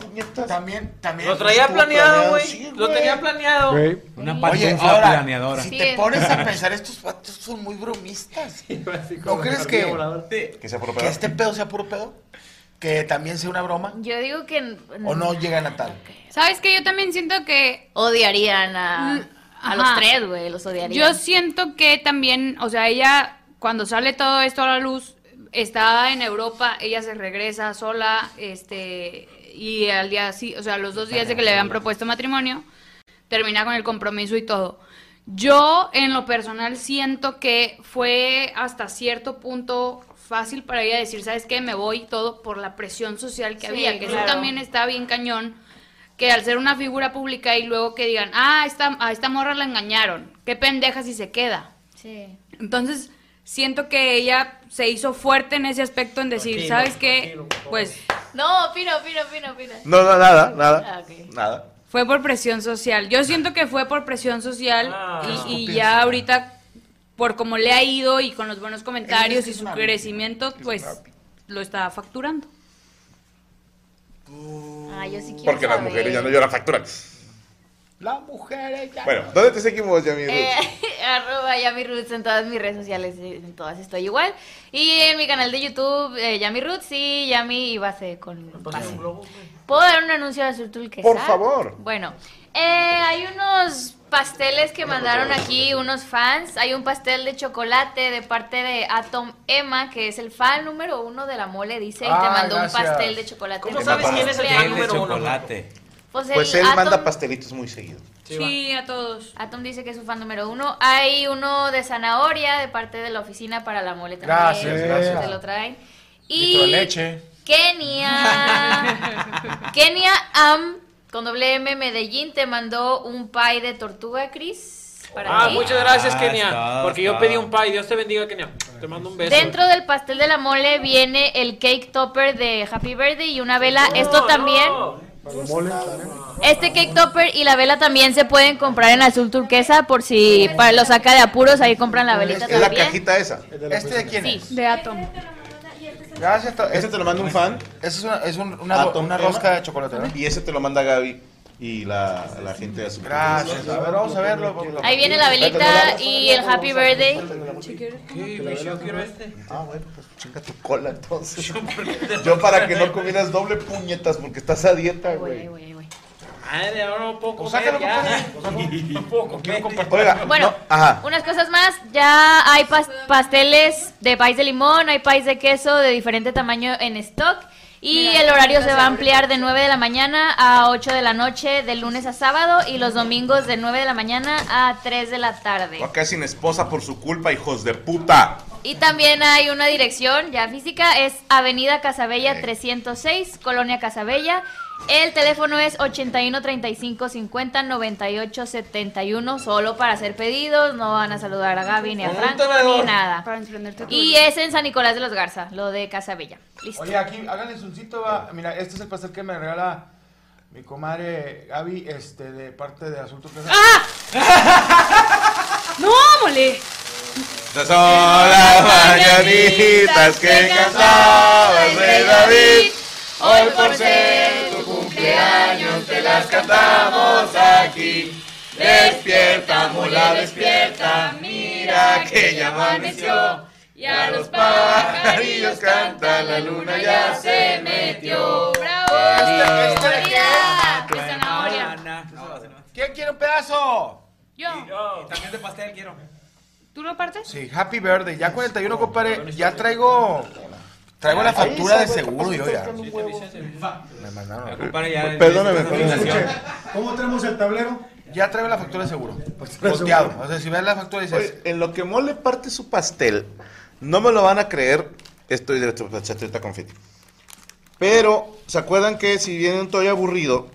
[SPEAKER 9] también, también.
[SPEAKER 8] Lo traía
[SPEAKER 9] estuvo
[SPEAKER 8] planeado, güey.
[SPEAKER 9] sí,
[SPEAKER 8] Lo tenía planeado.
[SPEAKER 10] Güey,
[SPEAKER 6] Una
[SPEAKER 9] Oye,
[SPEAKER 6] paciencia
[SPEAKER 9] ahora,
[SPEAKER 6] planeadora.
[SPEAKER 9] si
[SPEAKER 4] Sí,
[SPEAKER 9] te
[SPEAKER 4] es-
[SPEAKER 9] pones a pensar, estos vatos son muy bromistas. ¿No crees que,
[SPEAKER 3] Que sea por
[SPEAKER 9] que este pedo sea puro pedo? ¿Que también sea una broma?
[SPEAKER 4] Yo digo que n-
[SPEAKER 9] ¿O no llegan a tal?
[SPEAKER 7] ¿Sabes qué? Yo también siento que.
[SPEAKER 4] odiarían a, a los
[SPEAKER 7] Ajá.
[SPEAKER 4] tres, güey, los odiarían.
[SPEAKER 7] Yo siento que también, o sea, ella, cuando sale todo esto a la luz, está en Europa, ella se regresa sola, este, y al día sí, o sea, los dos días de que le habían propuesto matrimonio, termina con el compromiso y todo. Yo, en lo personal, siento que fue hasta cierto punto fácil para ella decir, ¿sabes qué? Me voy y todo por la presión social que
[SPEAKER 4] Sí,
[SPEAKER 7] había, que
[SPEAKER 4] claro.
[SPEAKER 7] eso también está bien cañón, que al ser una figura pública y luego que digan, ah, esta, a esta morra la engañaron, qué pendeja si se queda.
[SPEAKER 4] Sí.
[SPEAKER 7] Entonces, siento que ella se hizo fuerte en ese aspecto en decir,
[SPEAKER 8] Tranquilo,
[SPEAKER 7] ¿sabes qué?
[SPEAKER 8] tranquilo,
[SPEAKER 7] Pues
[SPEAKER 4] No, opina, opina, opina, opina.
[SPEAKER 3] No, no, nada,
[SPEAKER 4] Ah,
[SPEAKER 3] nada.
[SPEAKER 4] ok.
[SPEAKER 3] Nada.
[SPEAKER 7] fue por presión social. Yo siento que fue por presión social
[SPEAKER 8] Ah.
[SPEAKER 7] y- y, ya ahorita, por como le ha ido y con los buenos comentarios
[SPEAKER 9] Es
[SPEAKER 7] y
[SPEAKER 9] que es
[SPEAKER 7] su
[SPEAKER 9] una
[SPEAKER 7] crecimiento,
[SPEAKER 9] víctima, es
[SPEAKER 7] pues
[SPEAKER 9] una víctima.
[SPEAKER 7] lo está facturando.
[SPEAKER 4] Ah, yo sí quiero
[SPEAKER 3] Porque las
[SPEAKER 4] saber.
[SPEAKER 3] mujeres ya no lloran facturan.
[SPEAKER 9] La mujer eh, ya...
[SPEAKER 3] Bueno, ¿dónde te seguimos, Yamir?
[SPEAKER 4] Eh, arroba Yami Roots en todas mis redes sociales, en todas estoy igual. Y en mi canal de YouTube, eh, Yami Roots y Yami y Base con
[SPEAKER 9] Pues,
[SPEAKER 4] Base. ¿Puedo dar un anuncio de Surtul que
[SPEAKER 3] Por favor.
[SPEAKER 4] Bueno, eh, hay unos pasteles que mandaron aquí unos fans. Hay un pastel de chocolate de parte de Atom Emma, que es el fan número uno de la mole, dice, y te
[SPEAKER 9] Ah,
[SPEAKER 4] mandó
[SPEAKER 9] gracias.
[SPEAKER 4] un pastel de chocolate.
[SPEAKER 8] ¿Cómo
[SPEAKER 4] de
[SPEAKER 8] sabes
[SPEAKER 4] su
[SPEAKER 8] quién es el fan
[SPEAKER 4] cumpleaños.
[SPEAKER 6] Pastel de
[SPEAKER 8] número uno,
[SPEAKER 6] chocolate.
[SPEAKER 4] Pues,
[SPEAKER 3] Pues
[SPEAKER 4] el
[SPEAKER 3] él manda
[SPEAKER 4] Atom-
[SPEAKER 3] pastelitos muy seguido.
[SPEAKER 7] Sí, a todos.
[SPEAKER 4] Atom dice que es su fan número uno. Hay uno de zanahoria de parte de la oficina para la mole también.
[SPEAKER 9] Gracias, gracias.
[SPEAKER 4] Se lo traen.
[SPEAKER 9] Litro de
[SPEAKER 4] Y
[SPEAKER 9] leche.
[SPEAKER 4] Kenia. Kenia Am con doble M Medellín te mandó un pie de tortuga, Cris. Para
[SPEAKER 8] Ah,
[SPEAKER 4] ti.
[SPEAKER 8] muchas gracias,
[SPEAKER 6] Ah,
[SPEAKER 8] Kenia.
[SPEAKER 6] está,
[SPEAKER 8] porque yo
[SPEAKER 6] está.
[SPEAKER 8] pedí un pie. Dios te bendiga, Kenia. Te mando un beso.
[SPEAKER 4] Dentro del pastel de la mole viene el cake topper de Happy Birthday y una vela. Esto
[SPEAKER 8] No,
[SPEAKER 4] también.
[SPEAKER 8] no.
[SPEAKER 10] para el mole también.
[SPEAKER 4] Este cake topper y la vela también se pueden comprar en azul turquesa por si para lo saca de apuros, ahí compran la velita
[SPEAKER 3] Es la
[SPEAKER 4] también.
[SPEAKER 3] cajita esa.
[SPEAKER 10] El de la
[SPEAKER 9] ¿Este de quién
[SPEAKER 4] Sí.
[SPEAKER 9] es?
[SPEAKER 1] De Atom.
[SPEAKER 9] Gracias. to-
[SPEAKER 3] Ese
[SPEAKER 9] Este
[SPEAKER 3] te lo manda un fan
[SPEAKER 9] es una, es un- una,
[SPEAKER 3] Ah,
[SPEAKER 9] una
[SPEAKER 3] toma.
[SPEAKER 9] rosca de chocolate, ¿no?
[SPEAKER 3] y ese te lo manda Gaby y la, la gente de su
[SPEAKER 9] Gracias. A ver, vamos a verlo. vamos a-
[SPEAKER 4] Ahí viene la velita y el happy birthday.
[SPEAKER 8] Sí, güey, yo quiero este.
[SPEAKER 3] Ah, bueno, pues chinga tu cola entonces. Yo para que no comieras doble puñetas porque estás a dieta,
[SPEAKER 4] Ahí voy, ahí
[SPEAKER 3] güey.
[SPEAKER 4] voy, ahí voy.
[SPEAKER 8] Madre, ahora no puedo
[SPEAKER 9] Pues
[SPEAKER 8] comer
[SPEAKER 9] sácalo,
[SPEAKER 8] ya.
[SPEAKER 9] compadre. No puedo comer, compadre.
[SPEAKER 3] Oiga,
[SPEAKER 4] Bueno,
[SPEAKER 3] no, ajá.
[SPEAKER 4] unas cosas más. Ya hay pas- pasteles de país de limón, hay país de queso de diferente tamaño en stock. Y el horario se va a ampliar de 9 de la mañana a 8 de la noche, de lunes a sábado, y los domingos de 9 de la mañana a 3 de la tarde.
[SPEAKER 3] Acá sin esposa por su culpa, hijos de puta.
[SPEAKER 4] Y también hay una dirección ya física, es Avenida Casabella
[SPEAKER 3] Ok.
[SPEAKER 4] 306, Colonia Casabella. El teléfono es 81 35 50 98 71, solo para hacer pedidos, no van a saludar a Gaby ni a
[SPEAKER 7] Con un
[SPEAKER 4] Franco
[SPEAKER 7] tenedor.
[SPEAKER 4] ni nada.
[SPEAKER 11] Para desprenderte tu-
[SPEAKER 4] Y
[SPEAKER 7] eh,
[SPEAKER 4] es en San Nicolás de los Garza, lo de Casabella. Listo.
[SPEAKER 11] Oye, aquí, háganle suncito, va. Mira, este es el pastel que me regala mi comadre Gaby, este, de parte de Azul Turquesa.
[SPEAKER 7] ¡No, mole!
[SPEAKER 3] Estas son las mañanitas que cantabas de David. Hoy por ser tu cumpleaños te las cantamos aquí. Despierta, mula, despierta, mira que ya amaneció.
[SPEAKER 7] Y a los
[SPEAKER 3] Pajarillos canta, la luna ya se metió.
[SPEAKER 11] Feliz
[SPEAKER 3] ¡Bravo!
[SPEAKER 11] Navidad,
[SPEAKER 3] ¡Mi zanahoria!
[SPEAKER 11] ¿Quién quiere un pedazo?
[SPEAKER 7] Yo.
[SPEAKER 6] También de pastel quiero.
[SPEAKER 7] ¿Tú lo partes?
[SPEAKER 11] Sí, happy birthday. Ya 41, compadre. Ya traigo. Traigo la factura de seguro yo ya. Me mandaron.
[SPEAKER 3] Perdóname,
[SPEAKER 11] ¿Cómo tenemos el tablero? Ya traigo la factura de seguro.
[SPEAKER 10] Pues,
[SPEAKER 11] Posteado. O sea, si ves la factura dices.
[SPEAKER 3] Oye, Pues, en lo que Mole parte su pastel, no me lo van a creer, estoy de chatreta confeti. Pero, ¿se acuerdan que si vienen todavía aburrido,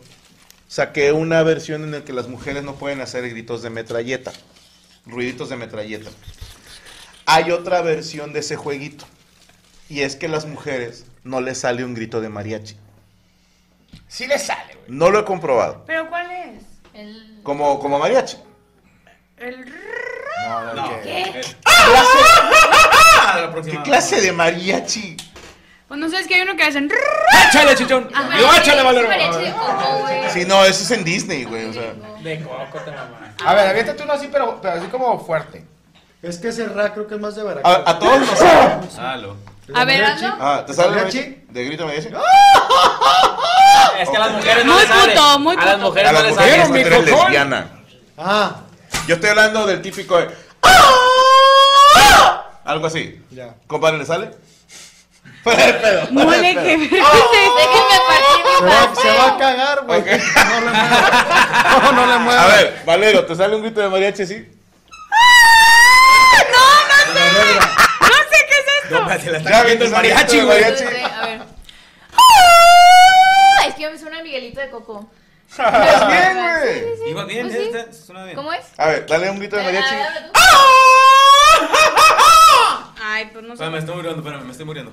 [SPEAKER 3] saqué una versión en la que las mujeres no pueden hacer gritos de metralleta? Ruiditos de metralleta. Hay otra versión de ese jueguito. Y es que las mujeres no les sale un grito de mariachi.
[SPEAKER 11] Sí le sale, güey.
[SPEAKER 3] No lo he comprobado.
[SPEAKER 7] ¿Pero cuál es?
[SPEAKER 3] Como, como mariachi.
[SPEAKER 11] No, no, que-
[SPEAKER 7] ¿Qué?
[SPEAKER 3] ¿Qué clase de mariachi?
[SPEAKER 7] Pues no sabes que hay uno que hacen.
[SPEAKER 3] ¡Échale, chichón!
[SPEAKER 7] Ajá.
[SPEAKER 3] Yo, échale, Valero.
[SPEAKER 7] Parece de coco, güey.
[SPEAKER 3] Sí, no, eso es en Disney, güey. O sea.
[SPEAKER 8] De coco te mamá.
[SPEAKER 11] A ver, aviéntate uno así, pero, pero así como fuerte.
[SPEAKER 10] Es que ese ra creo que es más de barato.
[SPEAKER 3] A, a todos nos
[SPEAKER 7] A ver, hazlo.
[SPEAKER 3] Ah, ¿te sale mariachi? ¿De grito mariachi?
[SPEAKER 8] Es que a las mujeres no
[SPEAKER 7] Muy
[SPEAKER 8] les sale.
[SPEAKER 7] puto, muy
[SPEAKER 8] A las
[SPEAKER 7] puto.
[SPEAKER 8] mujeres
[SPEAKER 3] a
[SPEAKER 8] no
[SPEAKER 3] las
[SPEAKER 8] les
[SPEAKER 3] mujeres no
[SPEAKER 8] sale.
[SPEAKER 3] tú eres lesbiana.
[SPEAKER 10] Ah.
[SPEAKER 3] Yo estoy hablando del típico de... "Ah". Algo así. Compadre, ¿le sale? Fuera de pedo.
[SPEAKER 7] Mole, qué vergüenza. Déjenme
[SPEAKER 10] Se va, se va a
[SPEAKER 7] partir
[SPEAKER 10] cagar, güey.
[SPEAKER 3] No, no le muevas. A ver, Valero, ¿te sale un grito de mariachi así?
[SPEAKER 7] No ¡Ah! sé qué es esto.
[SPEAKER 3] Ya viendo el mariachi, güey.
[SPEAKER 4] A ver. Es que me suena a Miguelito de Coco.
[SPEAKER 10] Pues
[SPEAKER 3] Ibas bien, güey.
[SPEAKER 6] Iba bien,
[SPEAKER 4] Pues sí.
[SPEAKER 6] este, suena bien.
[SPEAKER 4] ¿Cómo es?
[SPEAKER 3] A ver, dale un grito de mariachi.
[SPEAKER 4] Ah,
[SPEAKER 7] Ay, pues no sé.
[SPEAKER 6] Espérame, me estoy muriendo, espérame, me estoy muriendo.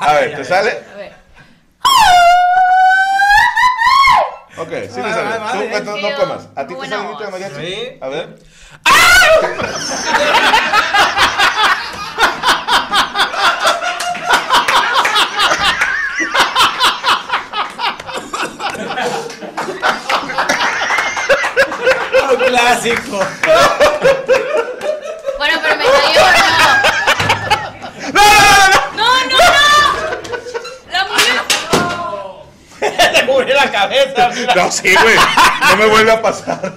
[SPEAKER 3] A ver, ¿te sale?
[SPEAKER 4] A ver.
[SPEAKER 3] Ok, sí le sale.
[SPEAKER 6] madre,
[SPEAKER 3] Tú, entonces,
[SPEAKER 4] tío.
[SPEAKER 3] no comas. ¿A ti te
[SPEAKER 4] Buena
[SPEAKER 3] sale un grito de
[SPEAKER 4] voz.
[SPEAKER 3] mariachi? A ver.
[SPEAKER 6] Un clásico.
[SPEAKER 4] Bueno, pero me salió, ¿no?
[SPEAKER 7] No, no, no. La mole.
[SPEAKER 8] Te cubrió la cabeza.
[SPEAKER 3] No, sí, güey. No me vuelve a pasar.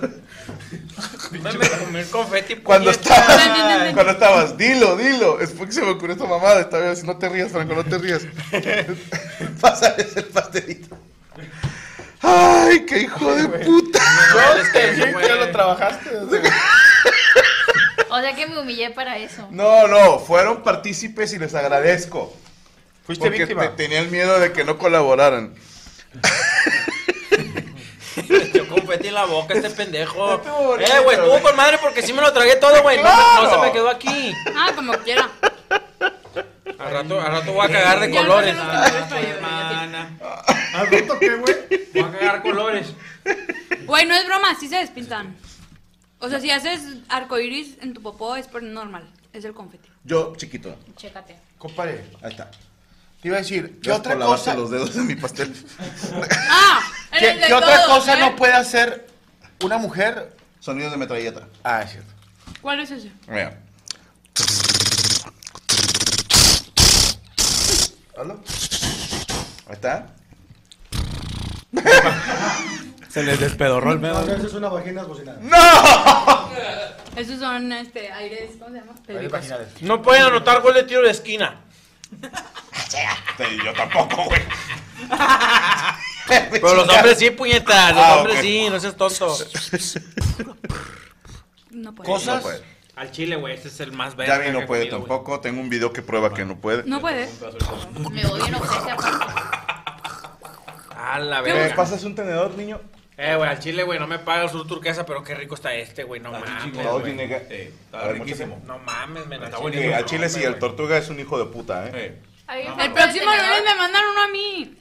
[SPEAKER 8] Comer confeti.
[SPEAKER 3] Cuando
[SPEAKER 8] puñeta.
[SPEAKER 3] estabas, cuando estabas, dilo, dilo. Es porque se me ocurrió esta mamada. Está bien, si no te rías, Franco, no te rías. Pásales el pastelito. Ay, qué hijo de puta.
[SPEAKER 8] Hueles que
[SPEAKER 11] Sí,
[SPEAKER 8] güey.
[SPEAKER 11] ya lo trabajaste. o sea.
[SPEAKER 4] O sea que me humillé para eso.
[SPEAKER 3] No, no, fueron partícipes y les agradezco.
[SPEAKER 11] Fuiste
[SPEAKER 3] Porque
[SPEAKER 11] víctima.
[SPEAKER 3] te- tenía el miedo de que no colaboraran.
[SPEAKER 8] Yo confeti en la boca este pendejo.
[SPEAKER 3] Estuvo bonito,
[SPEAKER 8] Eh, güey, estuvo
[SPEAKER 3] güey.
[SPEAKER 8] con madre porque sí me lo tragué todo, güey. No, se- no se
[SPEAKER 3] ¡Claro!
[SPEAKER 8] me quedó aquí.
[SPEAKER 7] Ah, como quiera.
[SPEAKER 8] Al rato, al rato voy a cagar de
[SPEAKER 7] Ya no
[SPEAKER 8] colores. Ah,
[SPEAKER 7] sé lo que me
[SPEAKER 8] Voy
[SPEAKER 7] gusta, yo-
[SPEAKER 10] ¿Al rato qué, güey?
[SPEAKER 8] a cagar colores.
[SPEAKER 7] Güey, no es broma, sí se despintan. O sea, si haces arcoiris en tu popó es por normal. Es el confeti.
[SPEAKER 3] Yo, chiquito.
[SPEAKER 4] Chécate.
[SPEAKER 11] Compadre,
[SPEAKER 3] Ahí está.
[SPEAKER 11] te iba a decir, ¿qué
[SPEAKER 3] Gracias
[SPEAKER 11] otra
[SPEAKER 3] por lavarte
[SPEAKER 11] cosa,
[SPEAKER 3] los dedos de mi pastel.
[SPEAKER 7] ¡Ah!
[SPEAKER 11] ¿qué,
[SPEAKER 7] eres de
[SPEAKER 11] qué otra
[SPEAKER 7] todos,
[SPEAKER 11] cosa
[SPEAKER 7] ¿eh?
[SPEAKER 11] no puede hacer una mujer?
[SPEAKER 3] Sonidos de metralleta.
[SPEAKER 11] Ah, es cierto.
[SPEAKER 7] ¿Cuál es ese?
[SPEAKER 3] Mira. ¿Aló? Ahí está.
[SPEAKER 6] Se les despedorró el
[SPEAKER 10] No,
[SPEAKER 6] pedo.
[SPEAKER 10] eso es una vagina cocinada.
[SPEAKER 7] Esos son este aires, ¿cómo se llama? Pélvicos.
[SPEAKER 8] No pueden anotar gol de tiro de esquina.
[SPEAKER 3] Sí, Yo tampoco, güey.
[SPEAKER 8] Pero los hombres sí, puñeta. Los
[SPEAKER 3] Ah,
[SPEAKER 8] hombres
[SPEAKER 3] ok.
[SPEAKER 8] sí, no seas tonto.
[SPEAKER 7] No puede.
[SPEAKER 3] No
[SPEAKER 11] Cosas.
[SPEAKER 3] puede.
[SPEAKER 8] Al chile, güey, ese es el más verde.
[SPEAKER 3] Gaby no puede tampoco. Tengo un video que prueba que no puede.
[SPEAKER 7] No puede.
[SPEAKER 4] Me odio no sé si aparte.
[SPEAKER 8] A la
[SPEAKER 3] ¿Me
[SPEAKER 8] verga.
[SPEAKER 3] pasas un tenedor, niño?
[SPEAKER 8] Eh, güey, al chile, güey, no me paga el sur turquesa, pero qué rico está este, güey, no mames.
[SPEAKER 3] chingón,
[SPEAKER 8] güey.
[SPEAKER 3] tiene que-
[SPEAKER 8] Eh,
[SPEAKER 3] A ver, muéstrame.
[SPEAKER 8] No mames, me la
[SPEAKER 3] Está buenísimo. Que Al chile sí, el tortuga es un hijo de puta, ¿eh?
[SPEAKER 7] El próximo lunes me mandan uno a mí.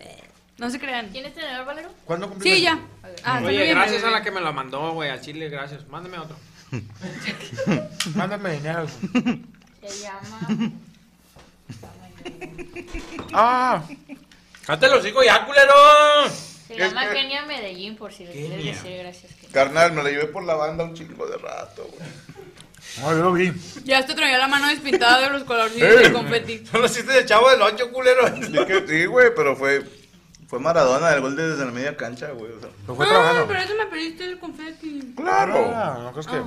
[SPEAKER 7] No se crean.
[SPEAKER 4] ¿Tienes tenedor, Valero?
[SPEAKER 11] ¿Cuándo
[SPEAKER 7] Sí, ya. Ah, está
[SPEAKER 8] Oye,
[SPEAKER 7] bien,
[SPEAKER 8] gracias a
[SPEAKER 7] bebé.
[SPEAKER 8] la que me la mandó, güey, al chile, gracias. Mándame otro.
[SPEAKER 11] Mándame dinero.
[SPEAKER 4] Se llama.
[SPEAKER 11] ¡Ah!
[SPEAKER 8] ¡Cate los hijos ya, culero!
[SPEAKER 4] Se llama Kenia Medellín, por si le quieres decir gracias. Kenia.
[SPEAKER 3] Carnal, me la llevé por la banda un chingo de rato, güey.
[SPEAKER 11] No, yo lo vi.
[SPEAKER 7] Ya esto traía la mano despintada de los colorcitos
[SPEAKER 3] Eh.
[SPEAKER 7] de confeti.
[SPEAKER 8] Son los chistes del chavo del 8, culero.
[SPEAKER 3] Es que sí, güey, pero fue, fue Maradona, el gol de- desde la media cancha, güey. o sea.
[SPEAKER 7] Ah, pero eso me pediste el confeti.
[SPEAKER 11] Ah, ¿No crees que.?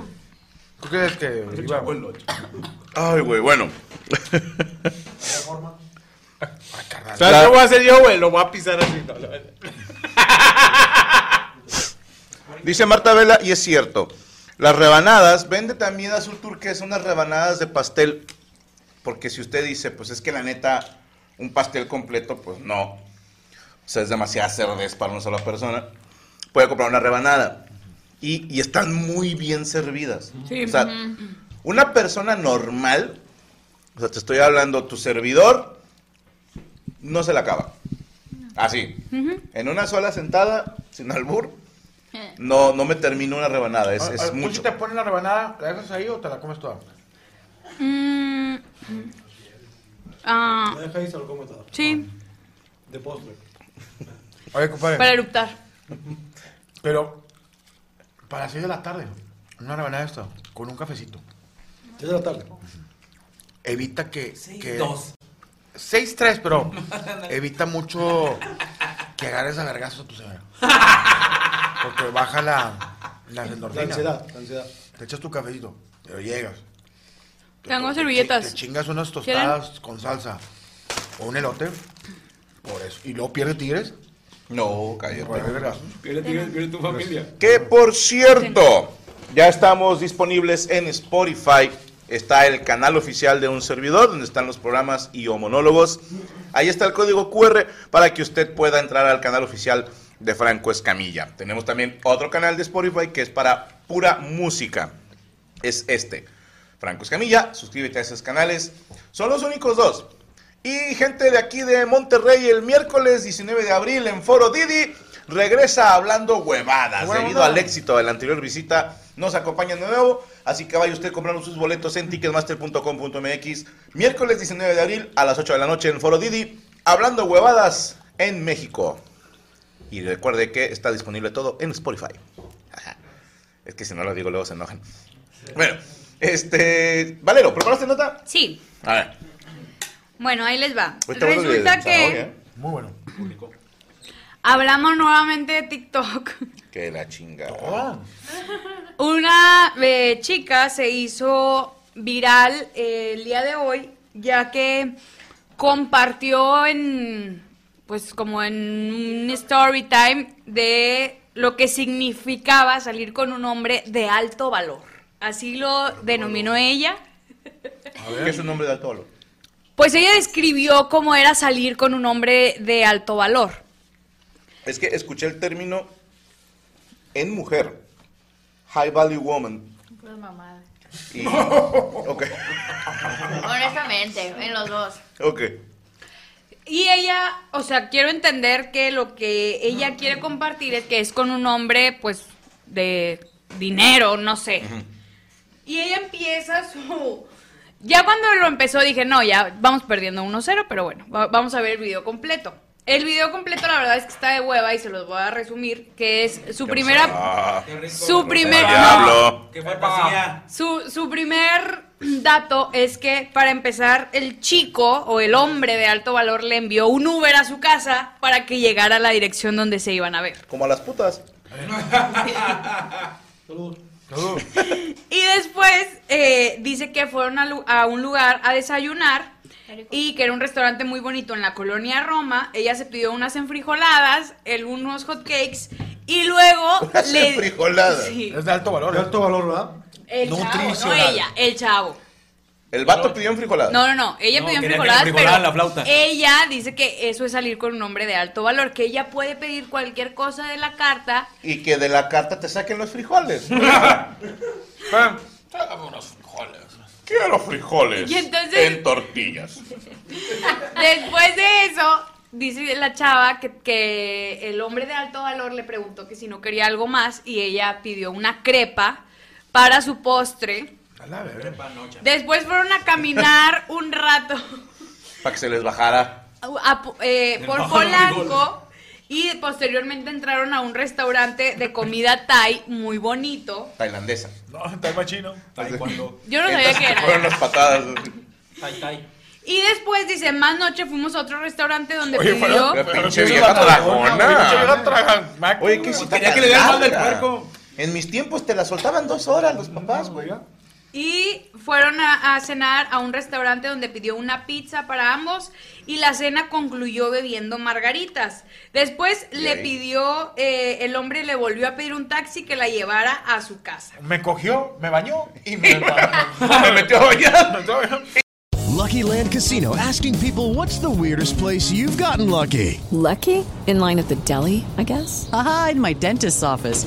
[SPEAKER 11] ¿Tú crees que.? Iba...
[SPEAKER 3] Ay, güey, bueno.
[SPEAKER 8] ¿Sabes qué voy a hacer yo, güey? Lo voy a pisar así. no, la verdad.
[SPEAKER 3] Dice Marta Vela, y es cierto. Las rebanadas, vende también azul turquesa unas rebanadas de pastel. Porque si usted dice, pues es que la neta, un pastel completo, pues no. O sea, es demasiada cerveza para una sola persona. Puede comprar una rebanada. Y, y están muy bien servidas. O sea, una persona normal, o sea, te estoy hablando, tu servidor, no se la acaba. Así. En una sola sentada, sin albur, no, no me termino una rebanada, es, es
[SPEAKER 11] Ah, ah, ¿Tú si
[SPEAKER 3] mucho.
[SPEAKER 11] te pones la rebanada, la dejas ahí o te la comes toda?
[SPEAKER 7] Mm. Ah,
[SPEAKER 10] Lo deja ahí, se lo come todo.
[SPEAKER 7] sí,
[SPEAKER 10] De postre.
[SPEAKER 11] Oye, compadre.
[SPEAKER 7] para eruptar.
[SPEAKER 11] Pero. Para las 6 de la tarde, una rebanada de esto, con un cafecito.
[SPEAKER 10] 6 de la tarde.
[SPEAKER 11] Evita que. que-
[SPEAKER 10] dos.
[SPEAKER 11] Seis, tres, pero. evita mucho que agarres a vergazos a tu señora. Porque baja la. La,
[SPEAKER 10] La
[SPEAKER 11] endorfina.
[SPEAKER 10] ansiedad, la ansiedad.
[SPEAKER 11] Te echas tu cafecito, pero llegas.
[SPEAKER 7] Tengo
[SPEAKER 11] Te
[SPEAKER 7] servilletas.
[SPEAKER 11] chingas unas tostadas con salsa o un elote. Por eso. Y luego pierde tigres.
[SPEAKER 3] No, cállate.
[SPEAKER 11] Por el vergazo.
[SPEAKER 5] tu familia.
[SPEAKER 3] Que por cierto, ya estamos disponibles en Spotify. Está el canal oficial de un servidor donde están los programas y o monólogos. Ahí está el código QR para que usted pueda entrar al canal oficial de Franco Escamilla. Tenemos también otro canal de Spotify que es para pura música. Es este. Franco Escamilla, suscríbete a esos canales. Son los únicos dos. Y gente de aquí de Monterrey, el miércoles 19 de abril en Foro Didi, regresa hablando huevadas.
[SPEAKER 11] Huevada.
[SPEAKER 3] Debido al éxito de la anterior visita, nos acompañan de nuevo. Así que vaya usted comprando sus boletos en ticketmaster.com.mx. Miércoles 19 de abril a las 8 de la noche en Foro Didi, hablando huevadas en México. Y recuerde que está disponible todo en Spotify. Ajá. Es que si no lo digo luego se enojan. Bueno, este. Valero, ¿preparaste nota?
[SPEAKER 7] Sí.
[SPEAKER 3] A ver.
[SPEAKER 7] Bueno, ahí les va.
[SPEAKER 3] Hoy te vuelves de-
[SPEAKER 7] Resulta
[SPEAKER 3] de zanahoria,
[SPEAKER 7] que
[SPEAKER 3] ¿eh?
[SPEAKER 11] Muy bueno.
[SPEAKER 7] hablamos nuevamente de TikTok.
[SPEAKER 3] Que la chingada.
[SPEAKER 7] Una eh, chica se hizo viral eh, el día de hoy, ya que compartió en, pues como en un story time de lo que significaba salir con un hombre de alto valor. Así lo denominó ella.
[SPEAKER 3] ¿Qué es un nombre de alto valor?
[SPEAKER 7] Pues ella describió cómo era salir con un hombre de alto valor.
[SPEAKER 3] Es que escuché el término en mujer. High value woman.
[SPEAKER 4] Pues mamada.
[SPEAKER 3] Y- ok.
[SPEAKER 4] Honestamente, en los dos.
[SPEAKER 3] Ok.
[SPEAKER 7] Y ella, o sea, quiero entender que lo que ella quiere compartir es que es con un hombre, pues, de dinero, no sé. Y ella empieza su... Ya cuando lo empezó dije, no, ya vamos perdiendo 1-0, pero bueno, va- vamos a ver el video completo. El video completo la verdad es que está de hueva y se los voy a resumir, que es su primera...
[SPEAKER 3] Ah,
[SPEAKER 7] Su primera...
[SPEAKER 3] diablo.
[SPEAKER 5] ¿Qué fue pasilla?
[SPEAKER 7] Su, su primer dato es que, para empezar, el chico o el hombre de alto valor le envió un Uber a su casa para que llegara a la dirección donde se iban a ver.
[SPEAKER 3] Como a las putas.
[SPEAKER 7] Y después eh, dice que fueron a, lu- a un lugar a desayunar y que era un restaurante muy bonito en la colonia Roma. Ella se pidió unas enfrijoladas, el, unos hot cakes y luego
[SPEAKER 3] Unas
[SPEAKER 7] le...
[SPEAKER 3] enfrijoladas.
[SPEAKER 7] Sí.
[SPEAKER 11] Es de alto valor. ¿eh?
[SPEAKER 10] De alto valor, ¿verdad?
[SPEAKER 7] El chavo, no
[SPEAKER 11] Nutricional.
[SPEAKER 7] ella, el chavo.
[SPEAKER 3] El vato pidió en frijolada.
[SPEAKER 7] No, no, no. Ella
[SPEAKER 3] No, quería
[SPEAKER 7] pidió
[SPEAKER 3] que
[SPEAKER 7] enfrijoladas,
[SPEAKER 3] le
[SPEAKER 7] pero
[SPEAKER 3] enfrijolaran la flauta.
[SPEAKER 7] ella dice que eso es salir con un hombre de alto valor, que ella puede pedir cualquier cosa de la carta.
[SPEAKER 3] Y que de la carta te saquen los frijoles.
[SPEAKER 8] Ah. Tráigame unos frijoles.
[SPEAKER 3] Quiero frijoles.
[SPEAKER 7] Y entonces-
[SPEAKER 3] En tortillas.
[SPEAKER 7] Después de eso, dice la chava que, que el hombre de alto valor le preguntó que si no quería algo más y ella pidió una crepa para su postre.
[SPEAKER 11] A la verga.
[SPEAKER 7] Después fueron a caminar un rato
[SPEAKER 3] Para que se les bajara.
[SPEAKER 7] a- eh, por Polanco y posteriormente entraron a un restaurante de comida Thai muy bonito.
[SPEAKER 3] Tailandesa.
[SPEAKER 8] No, está más chino. Taekwondo.
[SPEAKER 7] Yo no sabía que era.
[SPEAKER 3] Fueron las patadas.
[SPEAKER 8] Tai tai.
[SPEAKER 7] Y después dice, más noche fuimos a otro restaurante donde
[SPEAKER 3] Oye,
[SPEAKER 7] pidió...
[SPEAKER 3] fueron- pinche vieja tragona. Oye, que si
[SPEAKER 8] Tenía que le dieran mal del
[SPEAKER 3] puerco. En mis tiempos te la soltaban dos horas los papás, güey.
[SPEAKER 7] Y fueron a, a cenar a un restaurante donde pidió una pizza para ambos y la cena concluyó bebiendo margaritas. Después
[SPEAKER 11] ¿Y
[SPEAKER 7] le
[SPEAKER 11] ahí?
[SPEAKER 7] pidió, eh, el hombre le volvió a pedir un taxi que la llevara a su casa.
[SPEAKER 11] Me cogió, me bañó y me,
[SPEAKER 3] me metió a bañar.
[SPEAKER 10] Lucky Land Casino asking people what's the weirdest place you've gotten lucky?
[SPEAKER 2] Lucky? In line at the deli, I guess? Aha, in my dentist's office.